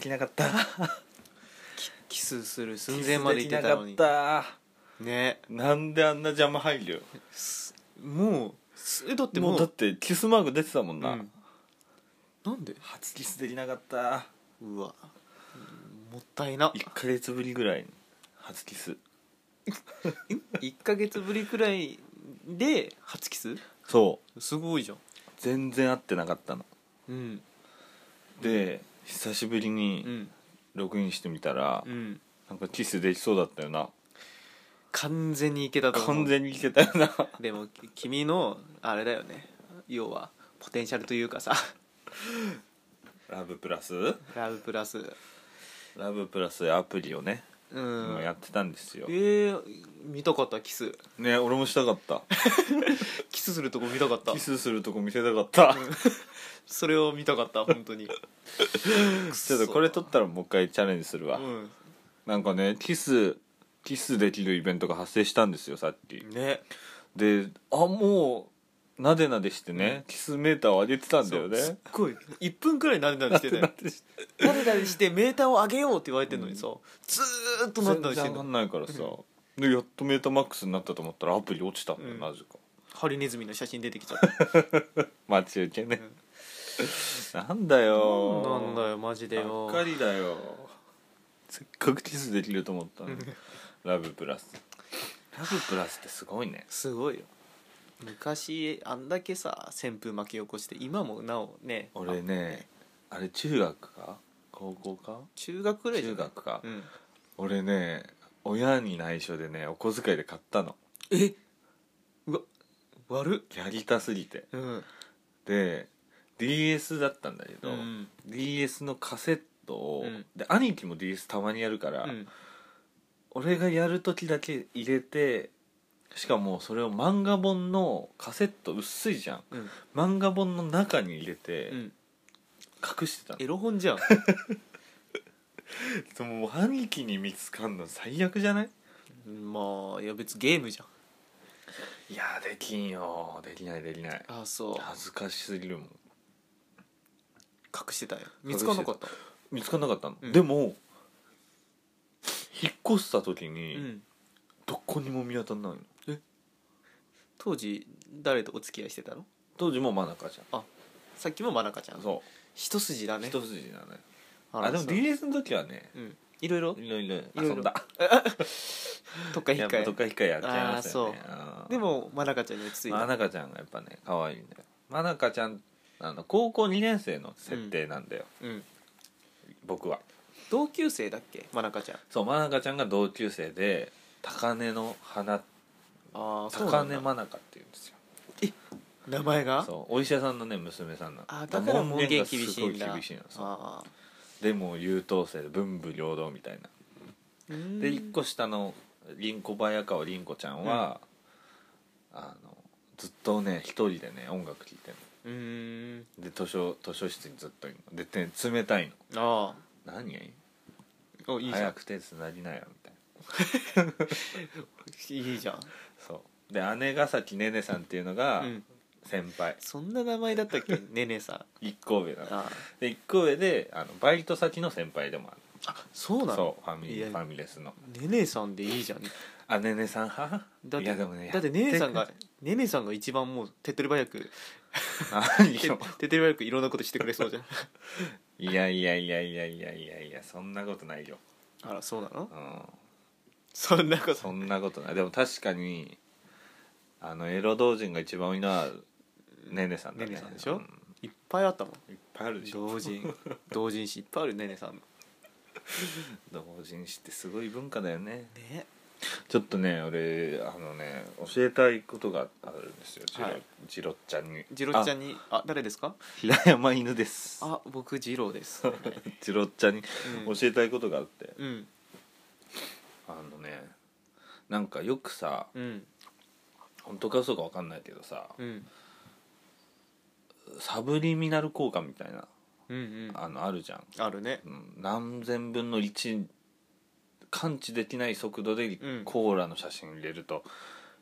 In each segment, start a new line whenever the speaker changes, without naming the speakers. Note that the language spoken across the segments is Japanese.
きなかった
キスする寸前まで行ってたの
キスで
に
きなかっ
ね
うなんであんな邪魔入るよ
もうすえだって
で
も
も
う
うだってキスマーク出てたもんな、
うんなんで
た初キスできなかった
うわもったいな
1ヶ月ぶりぐらいの初キス
1ヶ月ぶりくらいで初キス
そう
すごいじゃん
全然会ってなかったの
うん
で久しぶり
う
に
ん
ログインしてみたら、
うん
なんかキスできそうだったよな
完全にいけたと思う
完全にいけたよな
でもき君のあれだよね要はポテンシャルというかさ
ラブプラス
ラブプラス
ラブプラスアプリをね、
うん
今やってたんですよ
え、ー見たかったキス
ね俺もしたかった
キスするとこ見たかった
キスするとこ見せたかった
それを見たか った本当に
ちょっとこれ撮ったらもう一回チャレンジするわ、
うん
なんかねキスキスできるイベントが発生したんですよさっき
ね
であもうなでなでしてね、キスメーターを上げてたんだよね
そうすっごい1分くらいなでなでしてね
なでなでして
なでなでしてメーターを上げようって言われてんのにさ、ずーっとなでな
全
で
然
してん
上が
の
んないからさ、でやっとメーターマックスになったと思ったらアプリ落ちたんだよ、
うん
なぜか
ハリネズミの写真出てきちゃった
待ち受けね、なんだよ
なんだよマジでよ
ばっかりだよせっかくキスできると思ったのにラブプラスラブプラスってすごいね
すごいよ昔あんだけさ旋風巻き起こして今もなおね
俺
あ
ねあれ中学か高校か
中学くらいじゃ
中
ない
学か、
うん
俺ね親に内緒でねお小遣いで買ったの
えうわ悪
やりたすぎて
っうん
で DS だったんだけど、
うん、
DS のカセットを、
うん
で兄貴も DS たまにやるから、俺がやる時だけ入れてしかもそれを漫画本のカセット薄いじゃん
うん
漫画本の中に入れて
うん、
隠してたの
エ、ロ本じゃん
でももう兄貴に見つかんの最悪じゃない
まあいや別にゲームじゃん
いやーできんよできないできない
ああそう
恥ずかしすぎるもん
隠してたよ見つかんなかった
見つかんなかったの、
うん
でも引っ越した時
う
に、
ん
どこにも見当たんないの
当時誰とお付き合いしてたの
当時も真中じ
さっきも真中ちゃ
ゃん
ん
そ
一筋だ
う、
ね
一筋なのよ
あ
あでも
そう
DS の時はね
うんいろいろ
いろいろ
いろいろ
遊んだ
とっかひ
や
っ
っ
か
ぱ
え
どっかひっかやっちゃいましたよねうん
でも真中ちゃんに落ち着い
真
た
中ちゃんがやっぱね可愛いんだよ真中ちゃんあの高校2年生の設定なんだよ、
うん
僕は
同級生だっけ真中ちゃん
そう真中ちゃんが同級生で高根の花
ああそうな
高
ん
根
だ
真中っていうんですよ
名前が
そうお医者さんのね娘さんなの
あだから門限厳
がす
し
ご
いんだ
厳しいのそう
あ
でもう優等生で文武両道みたいな
ーうーん
で1個下の凛子早川凛子ちゃんは、あのずっとね一人でね音楽聴いてる
うーん
ので図書図書室にずっといるので、ね、冷たいの
あ
「何
あおいいじゃ
早
ん
く手つなぎなよ」みたいない
いじゃん
そうで姉ヶ崎ねねさんっていうのが
うん
先輩、
そんな名前だったっ けねねさん
一個上なの
あ
で一個上であのバイト先の先輩でもある
ーあそうなの
そうファミリ
い
ー
や
ファミレスの
ねねさんでいいじゃん
あねねさん派
だって
いやでもね
だってねねさん
や
が
て
ねねさんが一番もう手っ取り早く
くれ何
手
よ
手っ取り早くいろんなことしてくれそ うじゃん
いやいやいやいやいやいやいやそんなことないよ、
あらそうなの
うん、
そんなこと
そんなことないでも確かにあのエロ同人が一番多いのはねねさんだね
ねねさんでしょ
う
いっぱいあったもん
いっぱいあるでしょ
同人同人誌いっぱいあるねねさんの
同人誌ってすごい文化だよね
ね
ちょっとね俺あのね教えたいことがあるんですよジロ,、
はい
ジロちゃんに
ジロちゃ
あ
んにあ誰ですか
平山犬です
あ僕ジ ロです、
ジロちゃんに
うん
教えたいことがあって、
うん
あのねなんかよくさ
うん
本当か嘘か分かんないけどさ
うん
サブリミナル効果みたいな
うんうん
あのあるじゃん
あるね
うん何千分の1感知できない速度で
うん
コーラの写真入れると、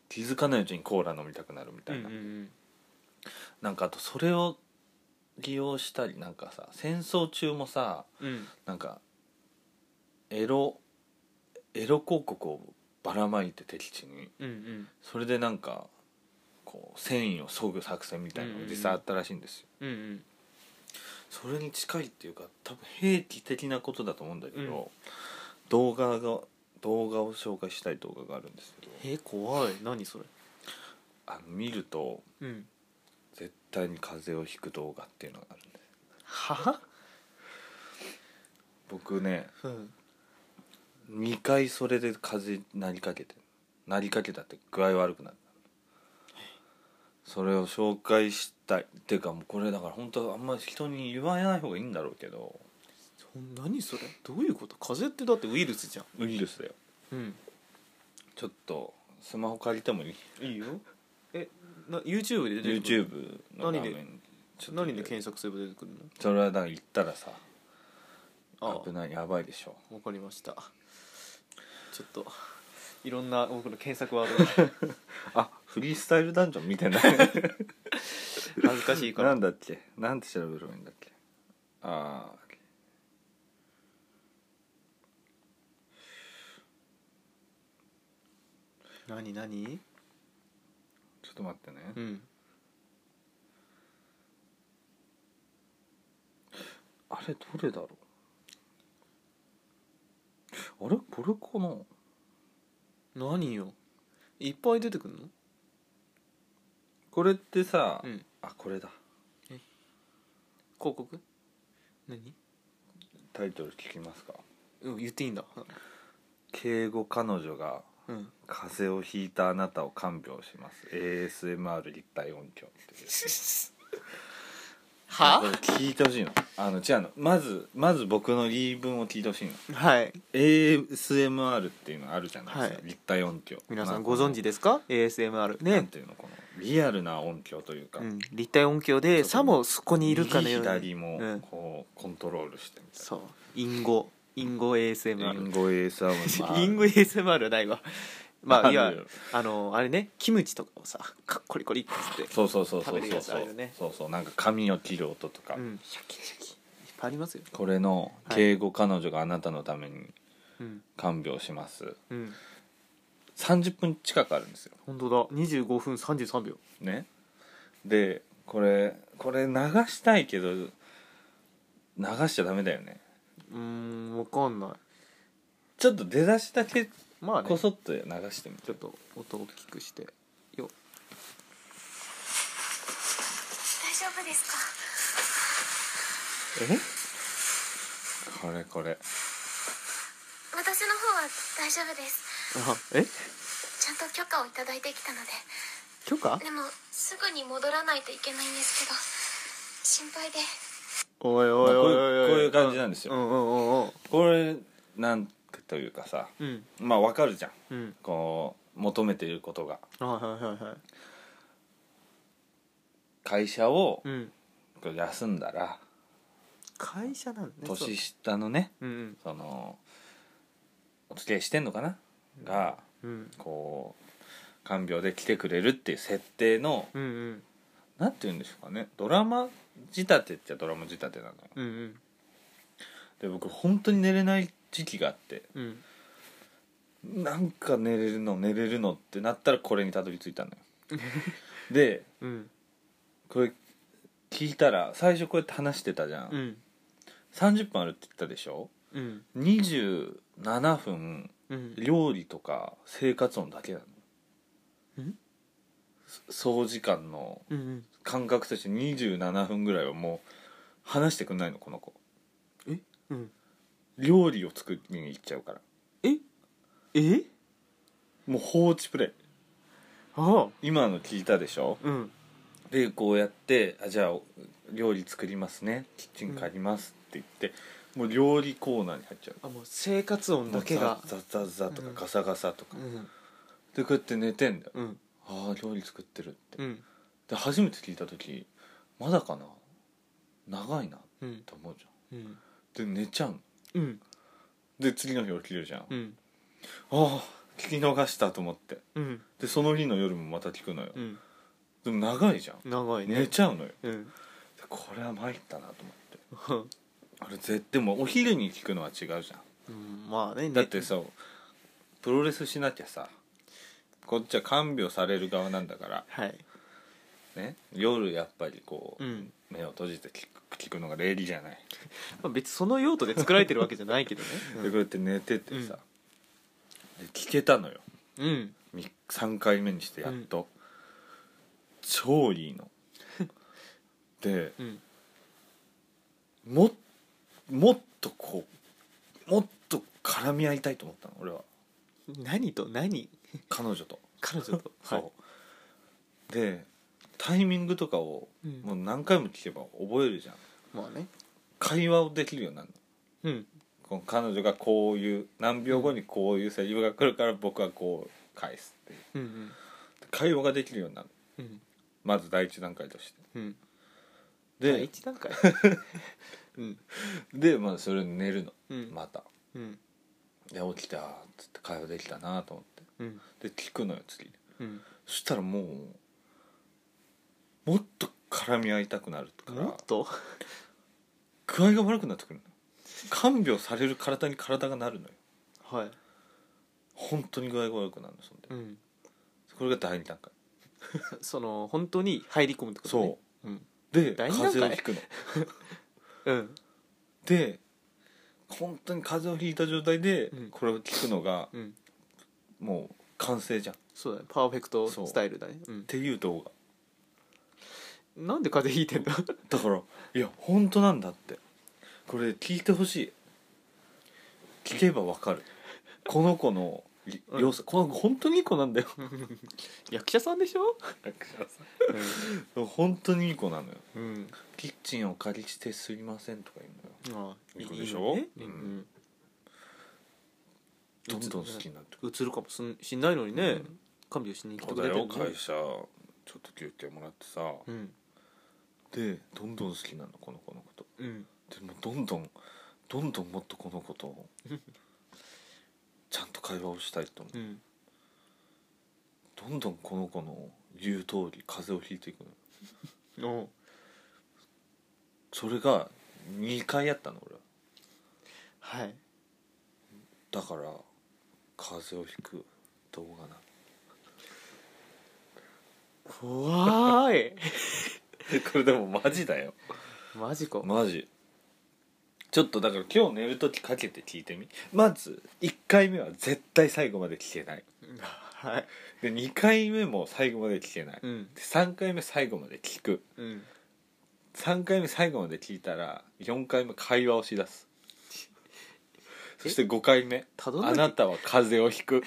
気づかないうちにコーラ飲みたくなるみた
うん
い
う
な、
んうん
なんかあとそれを利用したりなんかさ戦争中もさ
うん
なんかエロエロ広告をばらまいて敵地に
うんうん
それでなんかこう繊維を削ぐ作戦みたいなのが実際あったらしいんですよ、
うんうん
それに近いっていうか多分兵器的なことだと思うんだけど、
うん
動画が動画を紹介したい動画があるんですけど
え怖い何それ
あの見ると
うん
絶対に風邪をひく動画っていうのがあるんです
は
僕ね
うん
2回それで風邪なりかけてなりかけたって具合悪くなったそれを紹介したいっていうかもうこれだから本当はあんまり人に言わない方がいいんだろうけど
そ何それどういうこと風邪ってだってウイルスじゃん
ウイルスだよ
うん
ちょっとスマホ借りてもいい
いいよえな YouTube で出てくる
YouTube の画
何で
面ちょっと
何で検索すれば出てくるの
それはだから言ったらさ
ああ
危ないやばいでしょ
わかりましたちょっといろんな僕の検索ワ ードが
あフリースタイルダンジョン見てない
恥ずかしいか
な
ら
んだっけなんて調べればいいんだっけああ
何何
ちょっと待ってね、
うん
あれどれだろうあれこれかな
何よいっぱい出てくるの
これってさ、
うん
あこれだ
広告何
タイトル聞きますか
うん言っていいんだ
敬語彼女が
うん
風邪をひいたあなたを看病します ASMR 立体音響っていうこれ
は
聞いてほしいのあの違うのまずまず僕の言い分を聞いてほしいの
はい
ASMR っていうのあるじゃないですか、
はい
立体音響
皆さ
まあ
んご存知ですか ASMR
なん
ね
ていうのこのリアルな音響というか、
うん立体音響でさもそこにいるかの
右
ように
左
う
も
ん
こうコントロールしてみたいな
そう隠語隠語 ASMR
リンゴエースア ワ
リンゴ ASMR はないわまあい
あ
や
るよ
あのあれねキムチとかをさカッコリコリっつって
そうそうそうそう
食べる
そ
や
う
つあ
そ
るよ
う、
ね
そうそうなんか髪を切る音とか、
うんシャキシャキいっぱいありますよ
これの
はい
敬語彼女があなたのために
うん
看病します
うん
30分近くあるんですよ
本当だ25分33秒
ねでこれこれ流したいけど流しちゃダメだよね
うーんわかんない
ちょっと出だしだけ
まあね
こそっと流してみ
ち
て
ょっと音を大きくしてよ
大丈夫ですか
えこれこれ
私の方は大丈夫です
あえ
ちゃんと許可をいただいてきたので
許可
でもすぐに戻らないといけないんですけど心配で
おいおい
まあこう
おい
いう
おい
こういう感じなんですよ
うんうんうんうん
これなんというかさ
うん
まあわかるじゃん
うん
こう求めていることが
はいはいはいはい
会社を
うん
こう休んだら
会社なんだね
年下のね
そううん
そのお付き合いしてんのかなが
うんうん
こう看病で来てくれるっていう設定の
うんうん
なんて言うんでしょうかねドラマ仕立てっちゃドラマ仕立てなのよ
うんうん
で僕本当に寝れない時期があって
うん
なんか寝れるの寝れるのってなったらこれにたどり着いた のよで
うん
これ聞いたら最初こうやって話してたじゃん、
うん
30分あるって言ったでしょ
うん
27分
うん
料理とか生活音だけなの
ん
総時間の
うんうん
感覚として27分ぐらいはもう話してくんないのこの子
うん
料理を作りに行っちゃうから
ええ
もう放置プレイ
ああ
今の聞いたでしょ
うん
でこうやってあ「じゃあ料理作りますねキッチン借ります」って言って、もう料理コーナーに入っちゃう
あもう生活音だけが
ザザザザとか
うん
ガサガサとか、
うん
でこうやって寝てんだよ
うん
ああ料理作ってるって、
うん
で初めて聞いた時まだかな長いなっ
うん
て思うじ
うん
ゃんで寝ちゃうの
うん
で次の日起きるじゃん、あ
うん
あ聞き逃したと思って
うん
でその日の夜もまた聞くのよ、
うん
でも長いじゃん
長いね
寝ちゃうのよ
うん
でこれは参ったなと思ってあれ絶対もうお昼に聞くのは違うじゃん
うん、まあね
だって
ね
さプロレスしなきゃさこっちは看病される側なんだから、
はい
ね、夜やっぱりこう、
うん
目を閉じて聞く聞くのが礼儀じゃない、
まあ、別にその用途で作られてるわけじゃないけどね
でこうやって寝ててさ、で聞けたのよ
うん、うん、
み3回目にしてやっと、超いいの で
うん
ももっとこうもっと絡み合いたいと思ったの俺は
何と何
彼女と。
彼女と
そう、
はい
でタイミングとかを
うん
もう何回も聞けば覚えるじゃん、
まあね
会話をできるようになるの
うん
この彼女がこういう何秒後にこういうセリフが来るから僕はこう返すっていう
うんうん
会話ができるようになる
うん
まず第一段階として
うん第
で
一段階 うん
で、まあ、それで寝るの、
うん
また
うん
で起きたっつって会話できたなと思っ
うん
てで聞くのよ次
うん
そしたらもうもっと絡み合いたくなるから
もっと
具合が悪くなってくるの看病される体に体がなるのよ
はい
本当に具合が悪くなるのそんで
うん
これが第二段階
その本当に入り込むってことね
そ
うん
で風
第二段階
邪をひくの
うん
で本当に風邪をひいた状態で
うん
これを聞くのが
うん
もう完成じゃんっ
そうだねパーフェクト
そう
スタイルだねうん
ていう動画
なんで風邪ひいてんだ
だからいや本当なんだってこれ聞いてほしい聞けばわかるこの子のい
うん
良さ、この子本当にいい子なんだよ
役者さんでしょ
本当にいい子なのよ
うん
キッチンをお借りしてすいませんとか言うのよ
ああ
いい子でしょ
ね
うん
うん
どんどん好きになってくる
映るかもしんしんないのにね、
うん
看病しに来て
そう
くれ
だ
て
よ
るのに
会社ちょっと休憩もらってさ、
うん
でどんどん好きなのこの子のこと
うん
でもどんどんどんどんもっとこの子とちゃんと会話をしたいと思う、
うん
どんどんこの子の言う通り風邪をひいていくの
おう
それが2回やったの俺は
はい
だから風邪をひく動画な
怖い
の これでもマジだよ
マジか、
マジちょっとだから今日寝る時かけて聞いてみまず1回目は絶対最後まで聞けない
はい
で2回目も最後まで聞けない、
うん
で3回目最後まで聞く
うん
3回目最後まで聞いたら4回目会話をしだすそして5回目「
たどんな
あなたは風邪をひく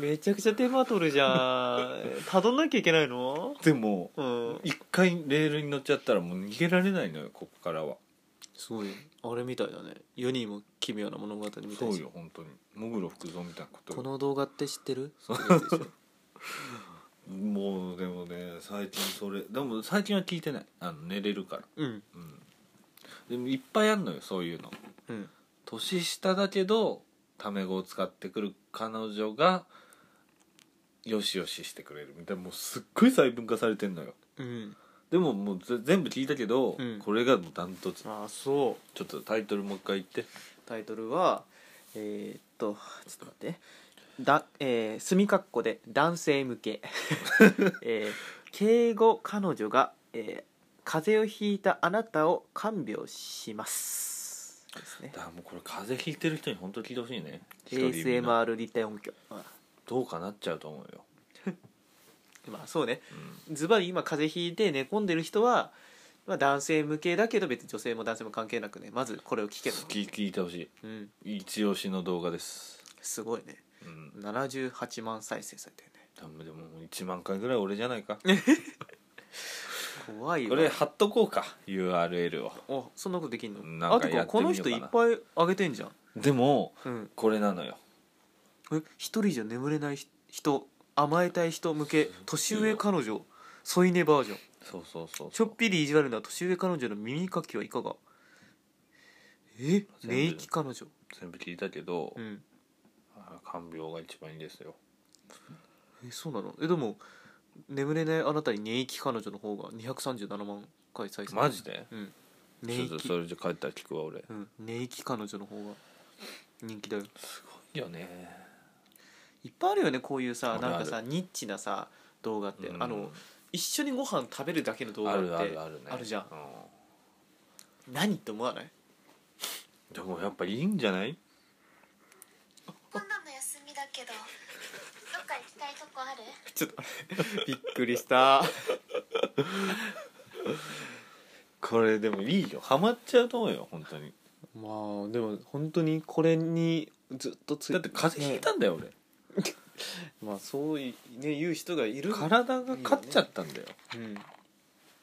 めちゃくちゃ手間取るじゃんたどんなきゃいけないの」
でも
うん
1回レールに乗っちゃったらもう逃げられないのよここからは
すごいあれみたいだね世にも奇妙な物語みたいな
そうよ本当にもぐろ福蔵みたいなことよ
この動画って知ってるってやつでしょ
もうでもね最近それでも最近は聞いてないあの寝れるから
うん
うんでもいっぱいあんのよそういうの
うん
年下だけどタメ語を使ってくる彼女がよしよししてくれるみたいなもうすっごい細分化されてんのよ
うん
でももうぜ全部聞いたけど、
うん
これがもうダントツ
ああそう
ちょっとタイトルもう一回言って
タイトルはえーっとちょっと待ってだえー、墨括弧で男性向け、 えー敬語彼女が、えー風邪をひいたあなたを看病しますですね
だからもうこれ風邪ひいてる人に本当聞いてほしいね一人みんな
ASMR 立体音響あ
どうかなっちゃうと思うよ、
まあそうね
うん
ズバリ今風邪ひいて寝込んでる人は、まあ、男性向けだけど別に女性も男性も関係なくねまずこれを聞けば
聞聞いてほし
うん
い一押しの動画です
すごいね
うん
78万再生されてるね
多分でも1万回ぐらい俺じゃないか
怖いよ
これ貼っとこうか URL を
あそんなことできんの
なんか
あて
や
か
って
こ
みよ
の
うか
人
ない
っぱいあげてんじゃん
でも
うん
これなのよ
え一人じゃ眠れない人甘えたい人向け年上彼女添い寝バージョン
そうそうそう
ちょっぴり意地悪な年上彼女の耳かきはいかがえ
全部
寝息彼女
全部聞いたけど、
うん
あー看病が一番いいですよ
えそうなのえでも「眠れないあなたに寝息彼女」の方が237万回再生
マジで
うん
ち
寝
ょっと
息
それじゃ帰ったら聞くわ俺
うん寝息彼女の方が人気だよ
いいよね
いっぱいあるよねこういう
あ
さ
るある
なんかさニッチなさ動画って、
うん
あの一緒にご飯食べるだけの動
あ
画って
るあるあるね
あるじゃん
う
何って思 わない
でもやっぱいいんじゃない
今度の休みだけどどっか行きたいとこある
ちょっとびっくりした
これでもいいよハマっちゃうと思うよ本当に
まあでも本当にこれにずっとつい
だって風邪ひいたんだよ俺
まあそういね言う人がいる
体が勝っちゃったんだよ
うん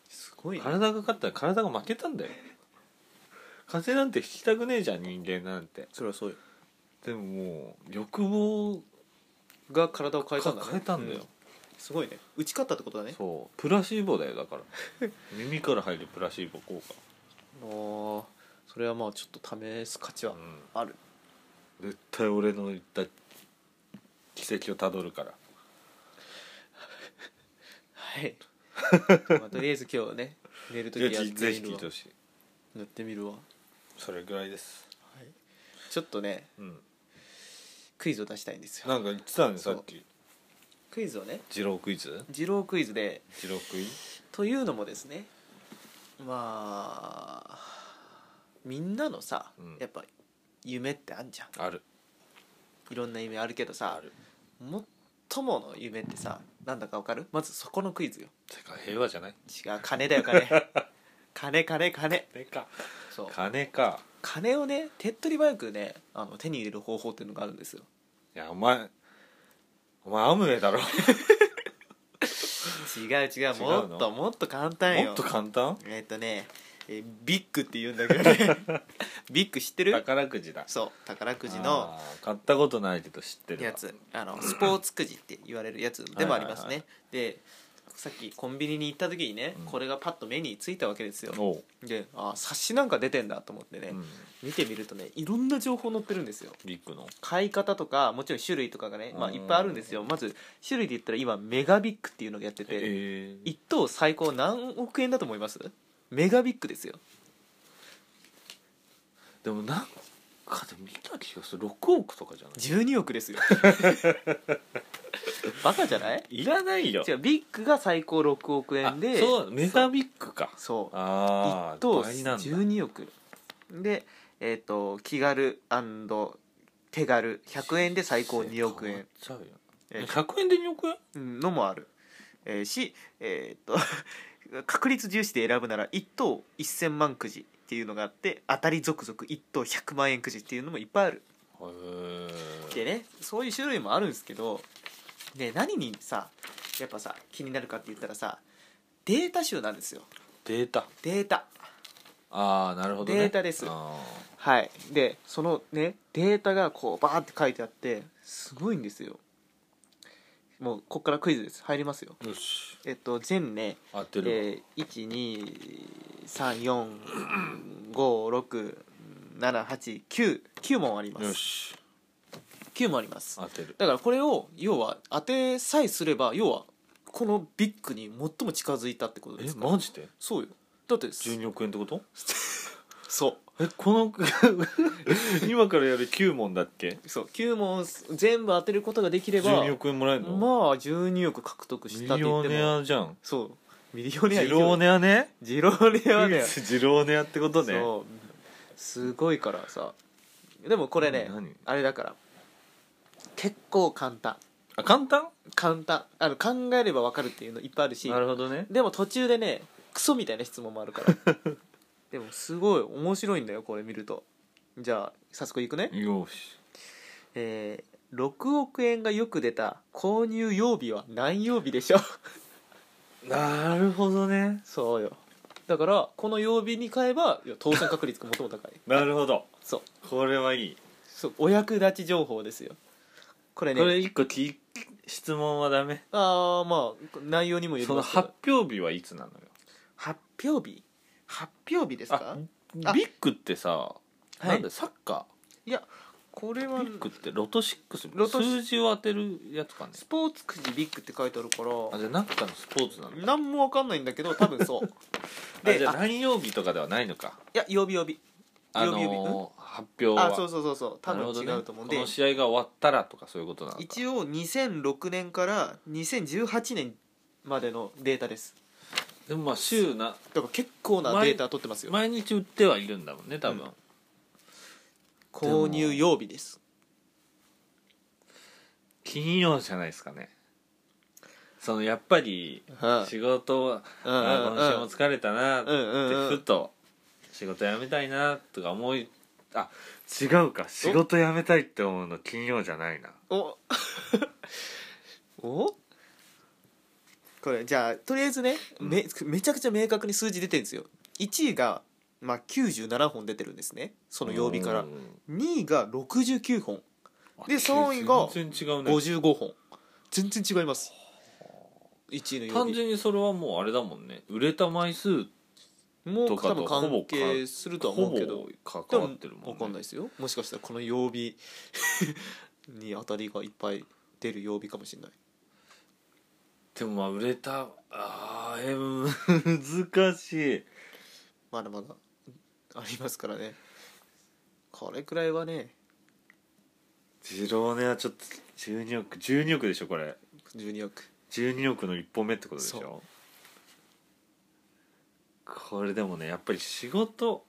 すごいね
体が勝ったら体が負けたんだよ風邪なんてひきたくねえじゃん人間なんて
それはそうよ
でももう欲望
が体を変えた
が
んだね
変えたんだよ
うすごいね打ち勝ったってことだね
そうプラシーボだよだから 耳から入るプラシーボ効
あーそれはまあちょっと試す価値
果、
はある
うん、絶対俺の言った奇跡をたどるから
はい、まあ、とりあえず今日はね寝る時
ぜ
やっ
ひぜひ
て
聞い
みるわ
てほしい
やってみるわ
それぐらいです
ちょっとね
うん
クイズを出したいんですよ
なんか言ってたね
そ
さ
う
っき
クイズをね
二郎クイズ
二郎クイズで
二郎クイ
というのもですねまあみんなのさ、
うん
やっぱ夢ってあんじゃん
ある
いろんな夢あるけどさ最もの夢ってさなんだかわかるまずそこのクイズよ
世界平和じゃない
違う金だよ 金金金金
金か
そう
金か
金をね手っ取り早くねあの手に入れる方法っていうのがあるんですよ
いやお前お前アムウェイだろも
違う違う
違う
も
の
っともっと簡単よ
っと簡単
えっとね、えービッグって言うんだけどね ビッグ知ってる
宝くじだ
そう宝くじの
あー買ったことないけど知ってるわ
やつあのスポーツくじって言われるやつでもありま
は
す
いはい
ねでさっきコンビニに行った時にね
うん
これがパッと目についたわけですよ
おう、
であー冊子なんか出てんだと思ってね
うん、
見てみるとねいろんな情報載ってるんですよ
ビッグの
買い方とかもちろん種類とかがね、まあ、いっぱいあるんですよまず種類で言ったら今メガビッグっていうのをやってて
ええ
一等最高何億円だと思いますメガビッグですよ
でもなんかでも見た気がする6億とかじゃない
12 億ですよバカじゃない
いらないよ
違うビッグが最高6億円で
あそうメガビッグか
そう
ああ
1等
倍なんだ
12億でえっ、と気軽手軽100円で最高2億円
変わっちゃうよ
え
100円で2億円
うんのもある、えーしえーっと 確率重視で選ぶなら1等1000万くじっていうのがあって当たり続々1等100万円くじっていうのもいっぱいあるで
へ
ねそういう種類もあるんですけどで何にさやっぱさ気になるかって言ったらさデータ集なんですよ
データ
データ
ああなるほどね
データです
あ
はいでそのねデータがこうバーって書いてあってすごいんですよもうこっからクイズです入りますよ
ーよし
えっと全ね
当てるわ
えー、123456789問ありま
よ
す
し
9問あります
当てる
だからこれを要は当てさえすれば要はこのビッグに最も近づいたってことで
え
すから
マジで
そうよだってす
12億円ってこと
そ
えこの 今からやる9問だっけ
うそう9問全部当てることができれば
12億円もらえるの、
まあ12億獲得
ミ
したって
リ
言
オ
って
ネ
も
アじゃん
そうミリオネア
ジローネアね
ジローネアだよ
ジローネアってことね
そうすごいからさでもこれね
何何
あれだから結構簡単
あ簡単
簡単あの考えれば分かるっていうのいっぱいあるし
なるほどね
でも途中でねクソみたいな質問もあるから でもすごい面白いんだよこれ見るとじゃあ早速いくね
よし
えー、6億円がよく出た購入曜日は何曜日 でしょう
なるほどね
そうよだからこの曜日に買えばいや当選確率が最も高い
なるほど
そう
これはいい
そうお役立ち情報ですよこれ
こ
ね
れ一個聞い質問はダメ
ああまあ内容にもより
その
ますけ
発
ど
表日はいつなのよ
発表日発表日ですか
あビッグってさ
い
なんでサッカ
いやこれ
ビ
は
ッグってロト6
ロトシ
数字を当てるやつかね
スポーツくじビッグって書いてあるか
あ
ら
じゃあなんかのスポーツなの
何もわかんないんだけど多分そう
でじ
で
ゃあ
あい
何曜日とかではないのか
や曜日曜日
あ
曜日曜日うん
のー発表は
あそうそうそうそう多
なるほ
分
ど
違うと思うんで、
ね、この試合が終わったらとかそういうことなのか
一応2006年から2018年までのデータです
でもまあ週な
だから結構なデータ取ってますよ
毎日売ってはいるんだもんね多分、
うん購入曜日です
金曜じゃないですかねそのやっぱり
は
仕事は、
うん
あ
うん
今週も疲れたなって
うんうんう
ふ
ん
と仕事辞めたいなとか思いあ違うか仕事辞めたいって思うの金曜じゃないな
おおこれじゃあとりあえずね、めめちゃくちゃ明確に数字出てるんですよ1位が、まあ、97本出てるんですねその曜日から
うん
2位が69本で
あ
三位が
全然違うね
55本全然違います1位の曜
単
日
純にそれはもうあれだもんね売れた枚数
もう
とかと
多分
ほぼ
関
か
係するとは
ほ
思
ぼ
うけどで
関
も
わってるもん、ね、
分かんないですよもしかしたらこの曜日 に当たりがいっぱい出る曜日かもしれない
でもまあ売れたあーえー難しい
まだまだありますからねこれくらいはね
ジローネはちょっと12億12億でしょこれ
12億
12億の一本目ってことでし
そ
ょこれでもねやっぱり仕事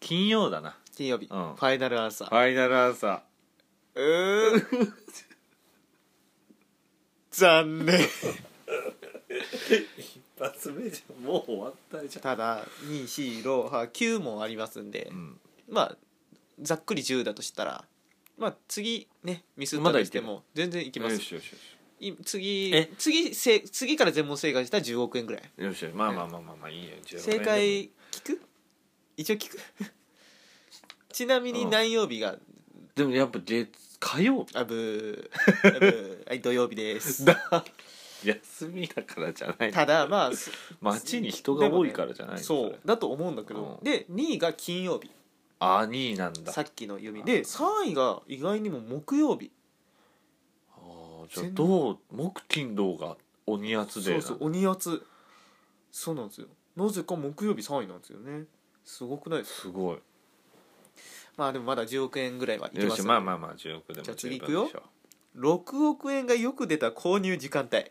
金曜だな
金曜
う
日、
ん
ファイナルアンサー、
ファイナルアンサ
うー ん残念
ー一発目じゃもう終わったじ
ただ24589問ありますんで、
ん、
まあざっくり10だとしたらまあ次ねミスっ
まだ
たと
い
し
け
て
る
も全然いき
よ
ま
し
す
よしよし
い次
え
次せ次から全問正解したら10億円ぐらい
よしよしまあまあまあまあまあいいよ15
正解聞く一応聞く ちなみに何曜日が、
でもやっぱ月火曜
あぶー あぶーはい土曜日です
だ休みだからじゃない
ただまあす
街に人が多いからじゃないの
そ
れ
うだと思うんだけど、
うん
で2位が金曜日
あ2位なんだ
さっきの読みで3位が意外にも木曜日
あーじゃあ銅木金銅が鬼厚で
そうそう鬼圧そうなんですよなぜか木曜日3位なんですよねすごくないですか
すごい
まあでもまだ10億円ぐらいはいけ
よ
ます
し
よ
まあまあまあ10億でも
じゃあ
十
次
分
行くよ
でしょ
6億円がよく出た購入時間帯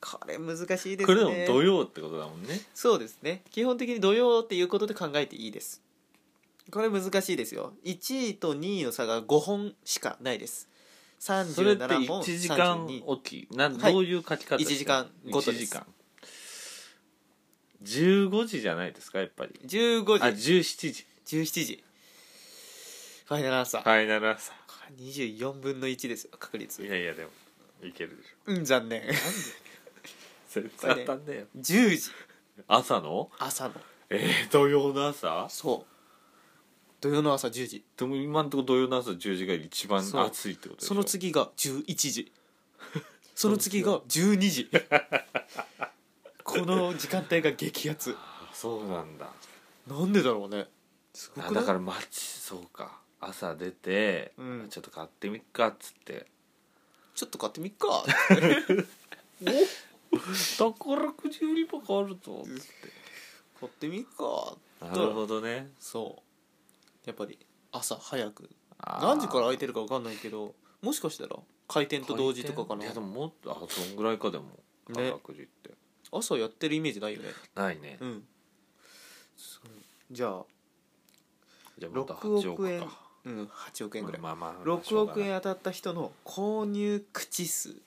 これ難しいですね
これでも土曜ってことだもんね
そうですね基本的に土曜っていうことで考えていいですこれ難しいですよ1位と2位の差が5本しかないです
それって
37本
1時間
32
おきなん
はい
どういう書き方してる
一時間ごとです
一時間15時じゃないですかやっぱりあ
15時
17時
17時ファイナルアンサー、
ファイナルアンサ
これ24分の1ですよ確率
ーいやいやでもいけるでしょ
うん残念
絶
対
対
当
当
た
たんねえよ
10時
朝の
朝の
えー、土曜の朝
そう土曜の朝10時
でも今んとこ土曜の朝10時が一番
そう
暑いってことでしょ
その次が11時その次が12時この時間帯が激アツ
あそうなんだ
なんでだろうねすご
あ
くない
だから街そうか朝出て、
うん
ちょっと買ってみっかっつって
ちょっと買ってみっか
宝くじ売り場があるぞ
買ってみっか
なるほどね
そうやっぱり朝早く
あー
何時から空いてるか分かんないけどもしかしたら開店と同時とかかない
やでももっとあそんぐらいかでも
ね
宝くじって、
朝やってるイメージないよね
ないね、
うんそうじゃあ
じゃあまた
6
8
億
億
円
か
うん8億円ぐらい、
まあまあ
6億
しょうがない
円当たった人の購入口数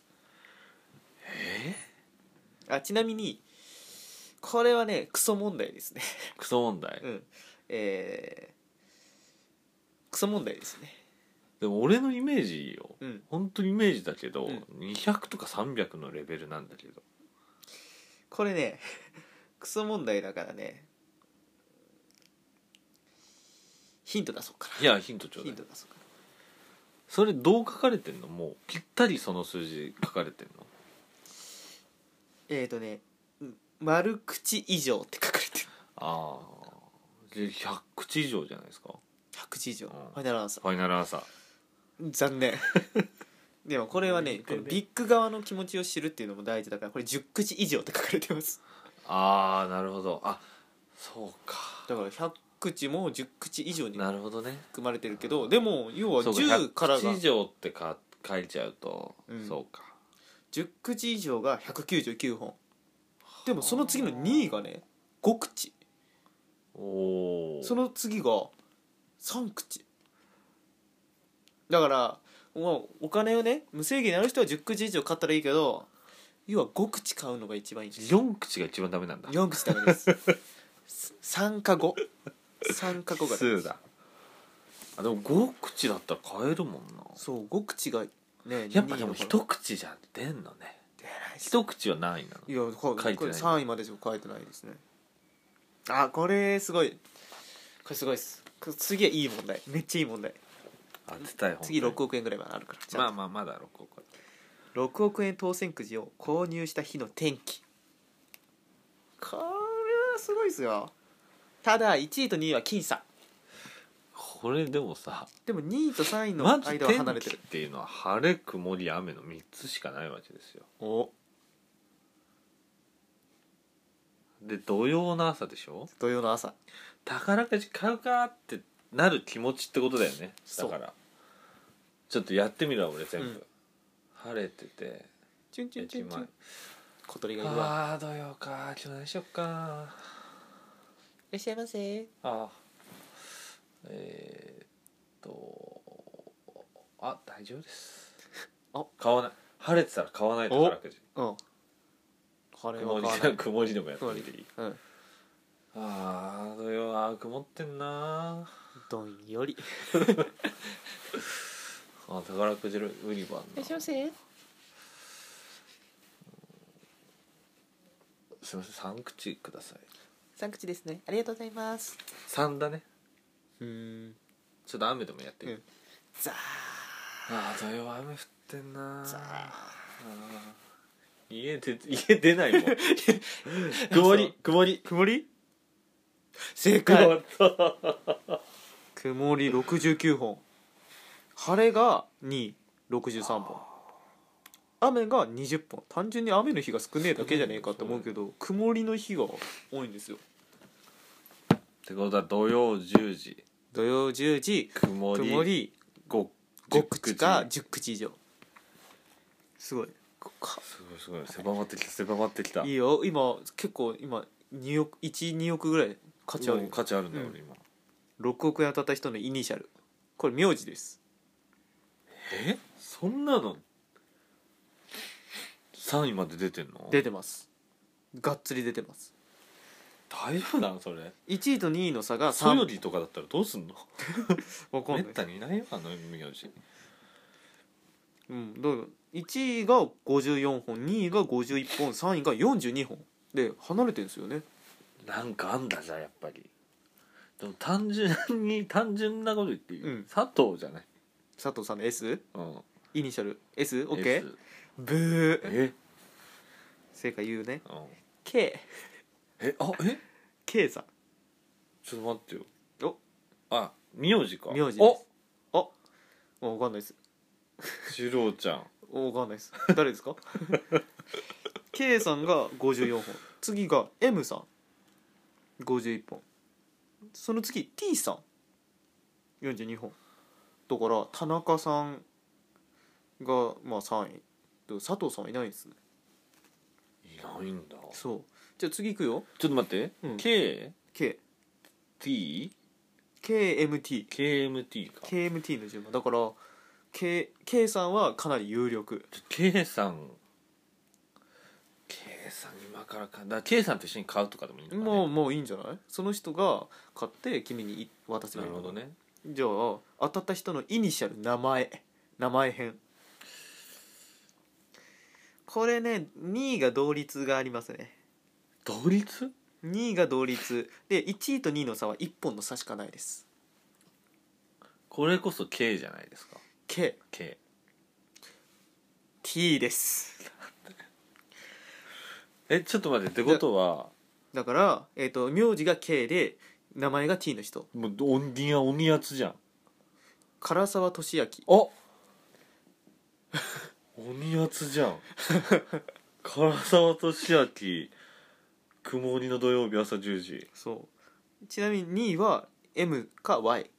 え
あちなみにこれはねクソ問題ですね
ー、クソ問題、
うんえー、クソ問題ですね
でも俺のイメージよ
うん
本当にイメージだけど、
うん
200とか300のレベルなんだけど
これね クソ問題だからねヒント出そうか
いやヒントちょ
な
うだ
ヒ
い
ント出そうかな
それどう書かれてんのもうぴったりその数字書かれてんの
えー、とねうん丸口以上って書かれてる
ああ100口以上じゃないですか
100字以上、
ん
ファイナルアンサ
ファイナルアンサー
ー残念 でもこれはねこのビッグ側の気持ちを知るっていうのも大事だからこれ10口以上って書かれてます
ああなるほどあそうか
だから100口も10口以上に
なるほどね
含まれてるけどでも要は
そう
10からが
100以上ってか書いちゃうと、
うん
そうか
10口以上が199本でもその次の2位がね5口
おお
その次が3口だから、まあ、お金をね無制限にある人は10口以上買ったらいいけど要は5口買うのが一番いい
4口が一番ダメなんだ
4口ダメです 3か53か5が
数だあでも5口だったら買えるもんな
そう5口がね
やっぱで
2
も
位だから
一口じゃ出んのね
出ないです
一口は何位なの
いや
書い
こ
てな
れ
い
これ3位までしか書いてないですねあこれすごいこれすごいですこれ次はいい問題めっちゃいい問題
当てたい本
次
当に
6億円ぐらいはあるからじゃ
ま
あ
あまあまだ6個か
6億円当選くじを購入した日の天気これはすごいですよただ1位と2位は僅差
これでもさ
でも2位と3位の
まず
間は離
天
れ
気
て
っ
る、
ていうのは晴れ曇り雨の3つしかないわけですよ
お
で土曜の朝でしょ
土曜の朝
宝くじ買うかってなる気持ちってことだよねだ
そう
からちょっとやってみるわ俺全部、
うん
晴れてて
チュンチュンチュンチュ
1
ン小鳥が
枚
言うわ
ああ土曜か今日何しよっか
いらっしゃいませ
あーえー、っとあ大丈夫です
あ
買わない晴れてたら買わない宝くじ
うんこれ
曇
は
り
買わ ない
曇りでもやって
曇
み
り
ていい
うん
ああ土曜あー曇ってんな
どんより
あー宝くじ売り場あんな
せ
すいません三口ください
三口ですねありがとうございます
三だね
うん
ちょっと雨でもやってみ
う
る、
んザ
ああ土曜雨降ってんな
ーザ
あー家で 家出ないも ん曇り曇り
ー曇り正
曇
解
った
曇り69本晴れが263本雨が20本単純に雨の日が少ねえだけじゃねえかって思うけど曇りの日が多いんですよ
ってことは土曜10時
土曜10時
曇り
曇り
5
5口か10口以上すごいか
すごいすごい狭まってきた狭まってきた
いいよ今結構今2億12億ぐらい価値ある
うん
よ
価値あるんだよ、
うん
俺今
6億円当たった人のイニシャルこれ名字です
えそんなの3位まで出てんの
出てますがっつり出てます
大丈夫なのそれ
1位と2位の差が
ソヨ
3
リとかだったらどうすんの
わかん
め
な
っ
い
たにいないよあの名字
うん、どう1位が54本2位が51本3位が42本で離れてるんですよね
なんかあんだじゃあやっぱりでも単純に 単純なこと言っていい、
うん
佐藤じゃない、
佐藤さんの S
うん、
イニシャル SOK?
S
ブー
え、
正解言うね
うん
KK
えあえ
さん
ちょっと待ってよ
お
あ名字か
名字です
お
わかんないです
次郎ちゃん
わかんないです誰です か K さんが54本次が M さん51本その次 T さん42本だから田中さんがまあ3位でも佐藤さんはいないんですね
いないんだちょ
そうじゃあ次いくよ
っと待って、
うん
KTKMT
KKMTKMT
か
の順番だから K, K さんはかなり有力
K さん K さん今からかだから K さんと一緒に買うとかでもいいのか、ね、
もうもういいんじゃないその人が買って君に渡せば
ない
い
る
の
ほ
か
どね
じゃあ当たった人のイニシャル名前名前編これね2位が同率がありますね
同率
2位が同率で1位と2位の差は1本の差しかないです
これこそ K じゃないですか
KT
K
です
えちょっと待ってってことは
だから、えー、と名字が K で名前が T の人
もう鬼や鬼やつじゃん
唐沢俊明
あ 鬼やつじゃん唐沢俊明雲鬼の土曜日朝10時
そうちなみに2位は M か Y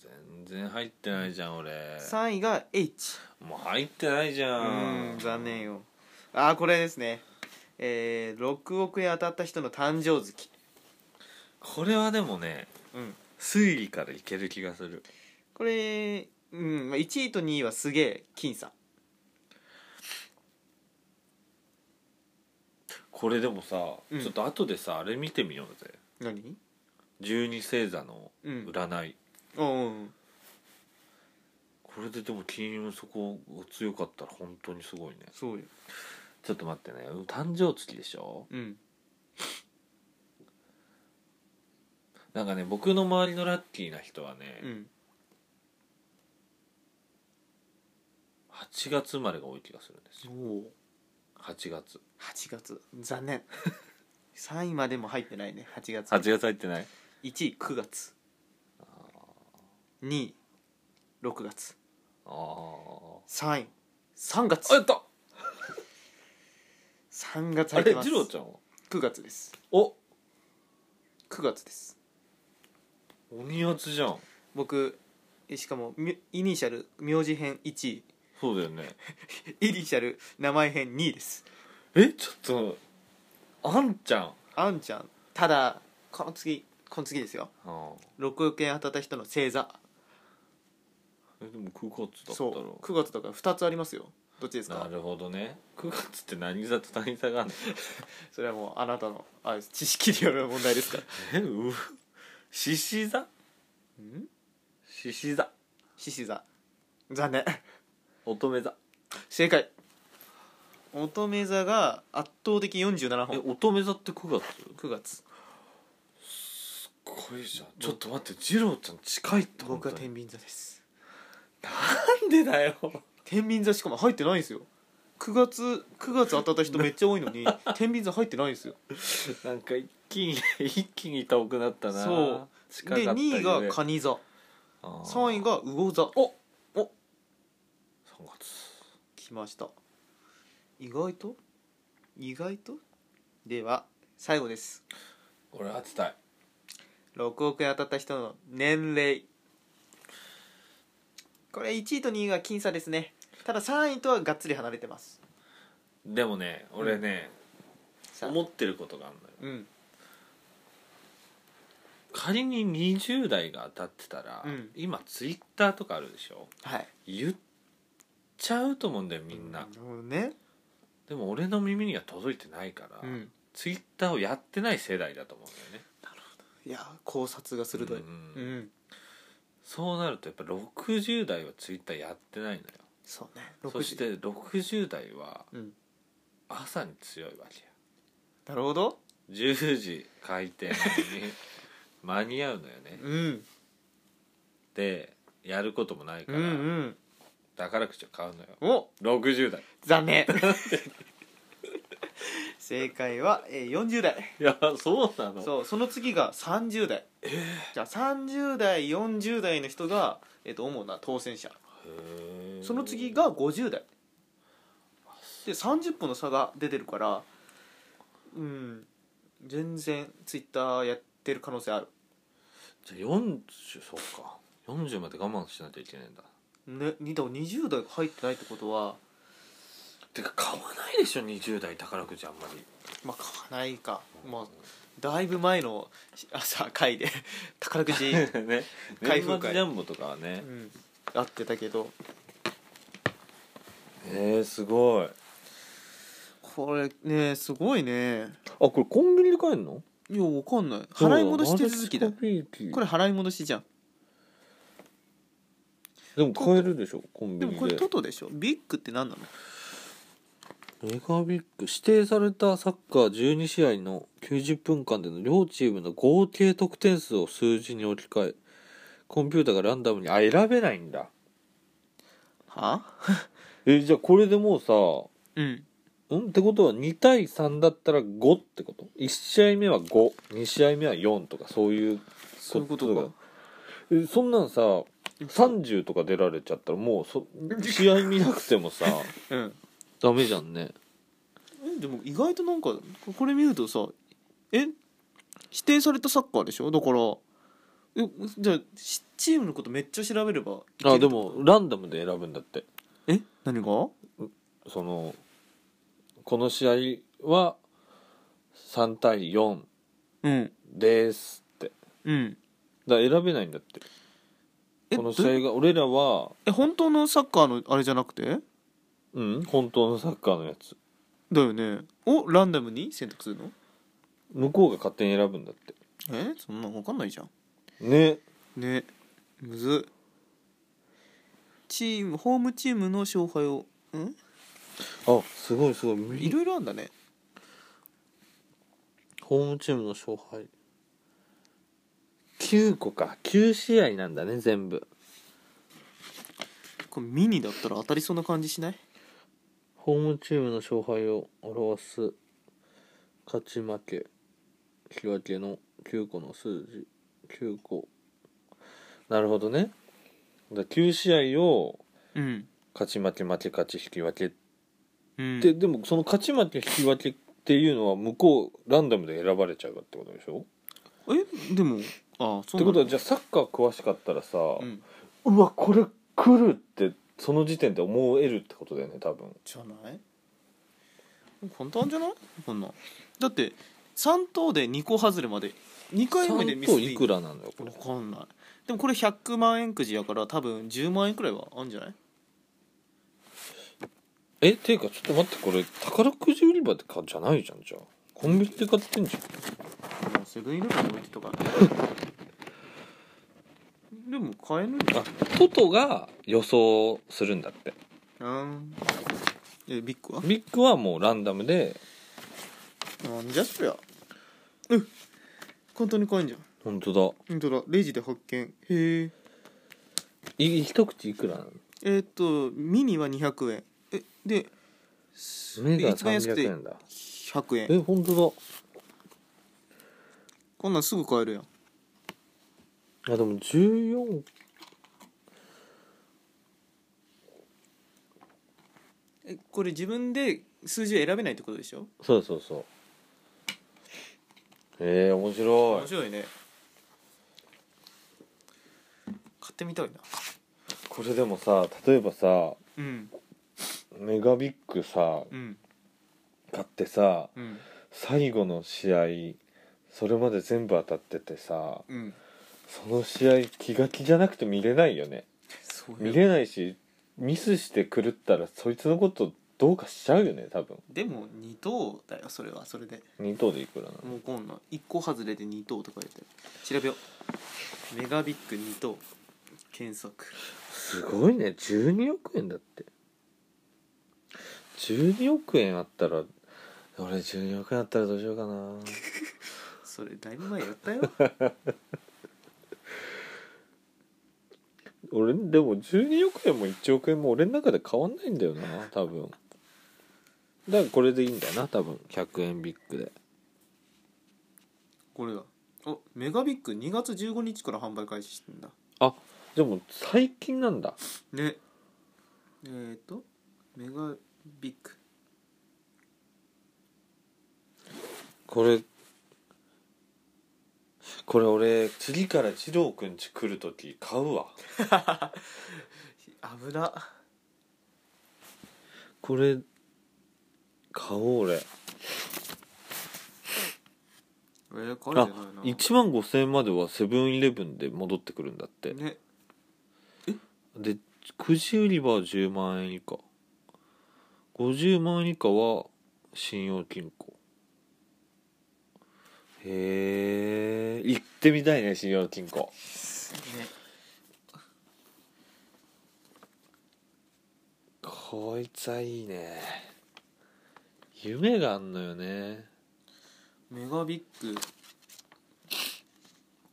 全然入ってないじゃん俺
3位が H
もう入ってないじ
う
ゃん
ーん残念よああこれですねえー、6億円当たった人の誕生月
これはでもね
うん
推理からいける気がする
これ、うんまあ、1位と2位はすげえ僅差
これでもさ、
うん
ちょっと後でさあれ見てみようぜ
何
十二星座の
うん
占い、
うん
これででも金運そこを強かったら本当にすごいね
そうよ
ちょっと待ってね誕生月でしょ
うん
なんかね僕の周りのラッキーな人はね、
うん
8月生まれが多い気がするんですよ
お
8月
8月残 念3位までも入ってないね8月
8月入ってない
1位9月2位6月
ああ
3位3
あ
月
やった
3月
あ
入って
れ
ます
次郎ちゃんは
9月です
お
9月です
鬼やつじゃん
僕えしかもみイニシャル名字編1位
そうだよね
イニシャル名前編2位です
えちょっとあんちゃん
あんちゃんただこの次この次ですよ
あ
6億円当たった人の星座
えでも9月だった
そ
ら
う9月とか2つありますよどっちです
な
か
るほどね9月って何座と何座があるの
それはもうあなたのあれです知識による問題で すから
えう獅子座
ん
獅子座
獅子座残念
乙女座
正解乙女座が圧倒的47
え
本
乙女座って9月
9月
すごいじゃんちょっと待って二郎ちゃん近いって
僕
本
は
当
天
に
秤座です
なんでだよ
天秤座しかも入ってないんですよ9月9月当たった 人めっちゃ多いのに天秤座入ってないんですよ
なんか一気に一気に遠くなったな
そう
近かっ
で
た
2位が
ゆえ
蟹座
あー
3位が魚座
おお3
来ました意外と意外とでは最後です
月れ当てたい
6億円当たった人の年齢これ1位と2位が僅差ですねただ3位とはがっつり離れてます
でもね俺ね、
さあ
思ってることがあるのよ
うん
仮に20代が当たってたら、
うん
今ツイッターとかあるでしょ
はい
言っちゃうと思うんだよみんな、
なるほどね
でも俺の耳には届いてないから、
うん
ツイッターをやってない世代だと思うんだよね
いや考察が鋭い
うん
うん、
そうなるとやっぱ60代はツイッターやってないのよ
そうね
そし
60
て60代は
うん
朝に強いわけよ
なるほど
10時開 店に間に合うのよね
うん
でやることもないか
うん
ら、
うん
宝くじを買うのよ
お
60代
残 念正解は、えー、40代
いやそうなの
そうその次が30代、じゃあ30代40代の人が、えっと主な当選者
へー
その次が50代で30分の差が出てるからうん全然ツイッターやってる可能性ある
じゃあ40そうか40まで我慢しないといけないんだ
ねにだから20代が入ってないってことは
てか買わないでしょ20代宝くじあんまり
まあ買わないかまあだいぶ前の朝会で 宝く じ、
ね
開
年末
封会
ジャンボとかは
う
ね
ん、あってたけど
えー、すごいあ
これねすごいね
これコンビニで買えるの
いやわかんない払い戻し手続きだよこ
こ
れ
れ
払い戻しじゃん
でも買えるでしょコンビ
でも
ニ
これ
で
トトでしょビッグって何なの
メガビッグ指定されたサッカー12試合の90分間での両チームの合計得点数を数字に置き換えコンピューターがランダムにあ選べないんだ
は
えじゃあこれでもうさ
うん
うんってことは2対3だったら5ってこと1試合目は52試合目は4とかそういう
そういうことか
えそんなんさ30とか出られちゃったらもうそ試合見なくても さ
うん
ダメじゃんね
えでも意外となんかこれ見るとさえ否定されたサッカーでしょだからえじゃあしチームのことめっちゃ調べればいける
あでもランダムで選ぶんだって
え何が
そのこの試合は3対4
うん
ですって
うん
だから選べないんだって
え
この
どうい
試合が俺らは
え本当のサッカーのあれじゃなくて
うん本当のサッカーのやつ
だよねをランダムに選択するの
向こうが勝手に選ぶんだって
えそんなの分かんないじゃん
ね
ねむずっチームホームチームの勝敗をん
あすごいすご
い
い
ろいろあんだね
ホームチームの勝敗9個か9試合なんだね全部
これミニだったら当たりそうな感じしない
ホームチームの勝敗を表す勝ち負け引き分けの9個の数字9個なるほどねだ9試合を
うん
勝ち負け負け勝ち引き分け
うん
ででもその勝ち負け引き分けっていうのは向こうランダムで選ばれちゃうってことでしょ
えでもあそ
って
うな
こと
んだ
はじゃあサッカー詳しかったらさ、う
うん
わこれ来るってその時点で思えるってことだよね多分
じゃない簡単じゃないこんなんだって3等で2個外れまで2回目でミス
3等いくらなんだよこれ
分かんないでもこれ100万円くじやから多分10万円くらいはあるんじゃない
えていうかちょっと待ってこれ宝くじ売り場でかじゃないじゃんじゃあコンビニで買ってんじゃん
もうセブンイレブンに置いてとかねでも買えるんだ
あトトが予想するんだって
うんえビッグは
ビッグはもうランダムで
なんじゃそりゃうん簡単に買えんじゃん
本当
本当だレジで発見へえ
だい一口いくらなの
えーっとミニは200円えで
目が
一番安くて
300円だ
100円
え本当
こんなんすぐ買えるやん
だあでも14
えこれ自分で数字を選べないってことでしょ
そうそうそうえー、面白
面白いね買ってみたいな
これでもさ例えばさ
うん
メガビッグさ
うん
買ってさ
うん
最後の試合それまで全部当たっててさ
うん
その試合気が気じゃなくて見れないよね
そう
見
よ
れないしミスして狂ったらそいつのことどうかしちゃうよね多分
でも2等だよそれはそれで
2等でいくらなの
もうこんなん1個外れて2等とか言って調べようメガビッグ2等検索
すごいね12億円だって12億円あったら俺12億円あったらどうしようかな
それだいぶ前やっ たよ
俺でも12億円も1億円も俺の中で変わんないんだよな多分だからこれでいいんだよな多分100円ビッグで
これだあメガビッグ2月15日から販売開始してんだ
でも最近なんだ
ねえっ、ー、とメガビッグ
これこれ俺次から二郎くんち来る時買うわ
危な
これ買おう俺
えー、彼じゃ
あ
ないな
1万5000円まではセブンイレブンで戻ってくるんだって
ね
でくじ売り場は10万円以下50万円以下は信用金庫へえ行ってみたいね信用金庫
ね
こいつはいいね夢があんのよね
メガビッグ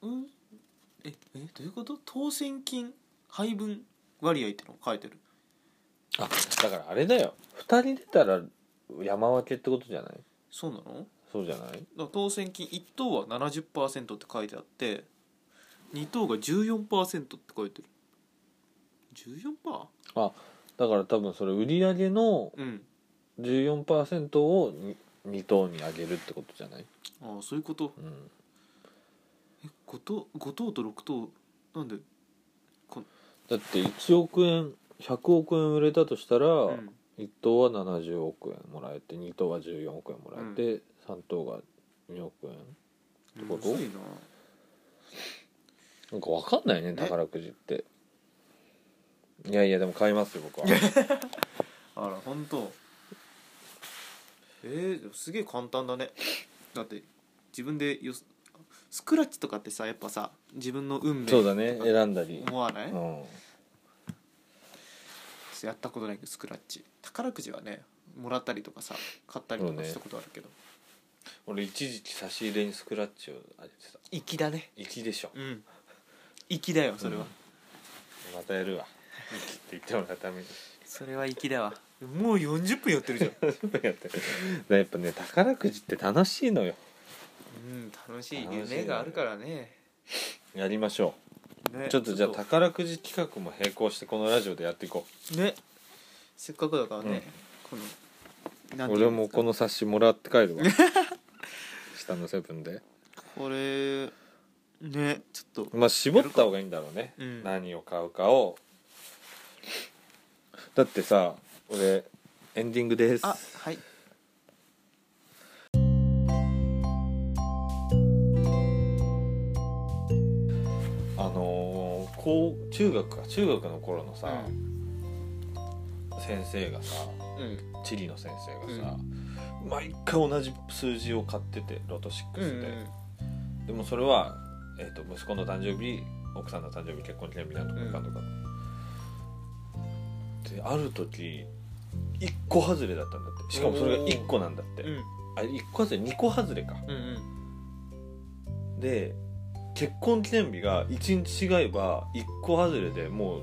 うんええどういうこと当選金配分割合ってのが書いてる
あだからあれだよ2人出たら山分けってことじゃない
そうなの
そうじゃない
だから当選金1等は70%って書いてあって2等が14%って書いてる 14%?
あだから多分それ売り上げの
うん
14%をに2等に上げるってことじゃない、
ああそういうこと
うん、
え5等5等と6等なんで
だって1億円100億円売れたとしたら、
うん
1等は70億円もらえて2等は14億円もらえて、3等が2億円てこと
むずいな
なんか分かんないね宝くじっていやいやでも買いますよ僕 は
あら本当えー、でもすげえ簡単だねだって自分でよすスクラッチとかってさやっぱさ自分の運命
そうだね選んだり、
思わない、
うん、
やったことないけどスクラッチ宝くじはねもらったりとかさ買ったりとかしたことあるけど
俺一時期差し入れにスクラッチをあげてた
粋、だね
粋でしょ
うん粋だよそれは、
うんまたやるわ粋って言ってもらうために
それは粋だわもう40分やってるじゃん
やってやっぱね宝くじって楽しいのよ
うん楽しい
楽しいね
夢があるからね
やりましょ
ね
うちょっとじゃあ宝くじ企画も並行してこのラジオでやっていこ
ねせっかくだからね、この
う
なんてい
俺
うんで
も
すか
この冊子もらって帰るわ 下のセブンで
これねちょっと
まあ絞った方がいいんだろうね、
うん
何を買うかをだってさ俺エンディングです
あはい
あのー、こう中学か中学の頃のさ、先生がさ
うん
地理の先生がさ、毎回同じ数字を買っててロト6
う
で、
んうん
でもそれは、えー、と息子の誕生日奥さんの誕生日結婚記念日なんとかかんとか、である時1個外れだったんだってしかもそれが1個なんだって、
うん
あ1個外れ2個外れか
うんうん
で結婚記念日が1日違えば1個外れでも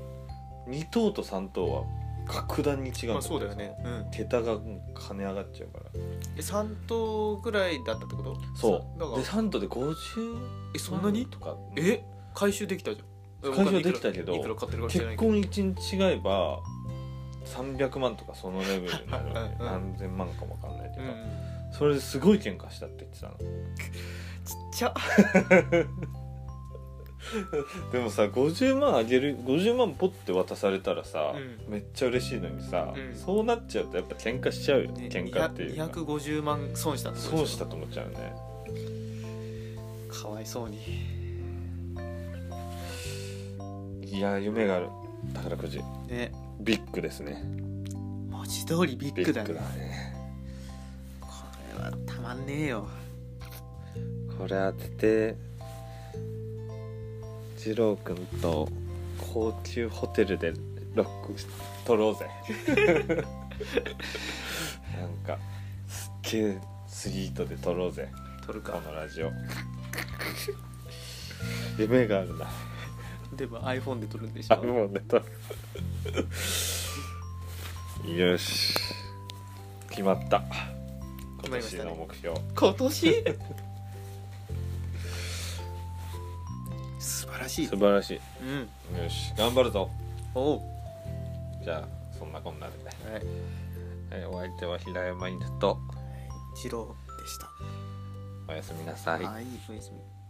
う2等と3等は格段に違うん
ま
だって
あそうだよね、うん、
桁がもう跳ね上がっちゃうから
え3等ぐらいだったってこと
そう
だから
で3等で50
えそんなに
とか
え回収できたじゃん
回収できたけど
いくら買ってるか知らな
結
いけど
婚1日違えば300万とかそのレベルになるわ
う
け
ん
何千万かもわかんないけ
うん
ど、
うん
それですごい喧嘩したって言ってたの
ちっちゃ
でもさ50万あげる50万ポッて渡されたらさ、
う
めっちゃ嬉しいのにさ、
うん
そうなっちゃうとやっぱ喧嘩しちゃうよね喧嘩っていうか
250万損したってこと
損
で
し
した
と思っちゃうね
ょかわいそうに
いや夢がある宝くじ
ね
ビッグですね
文字通りビッグだね
ね
これはたまんねえよ
これ当てて二郎くんと高級ホテルでロック取ろうぜ なんかすっげえスイートで取ろうぜ
取る
こ
か
のラジオ夢があるな
でも iPhone で取るんでし
あ
ょ
るもんね多分よし決まった
決
今
まりまし
年
たね
の目標
今年素晴らしい
素晴らしい
うん
よし頑張るぞ
おう
じゃあそんなこんなで、
はい
はい、お相手は平山犬と
次郎でした
おやすみなさい
はいおやすみ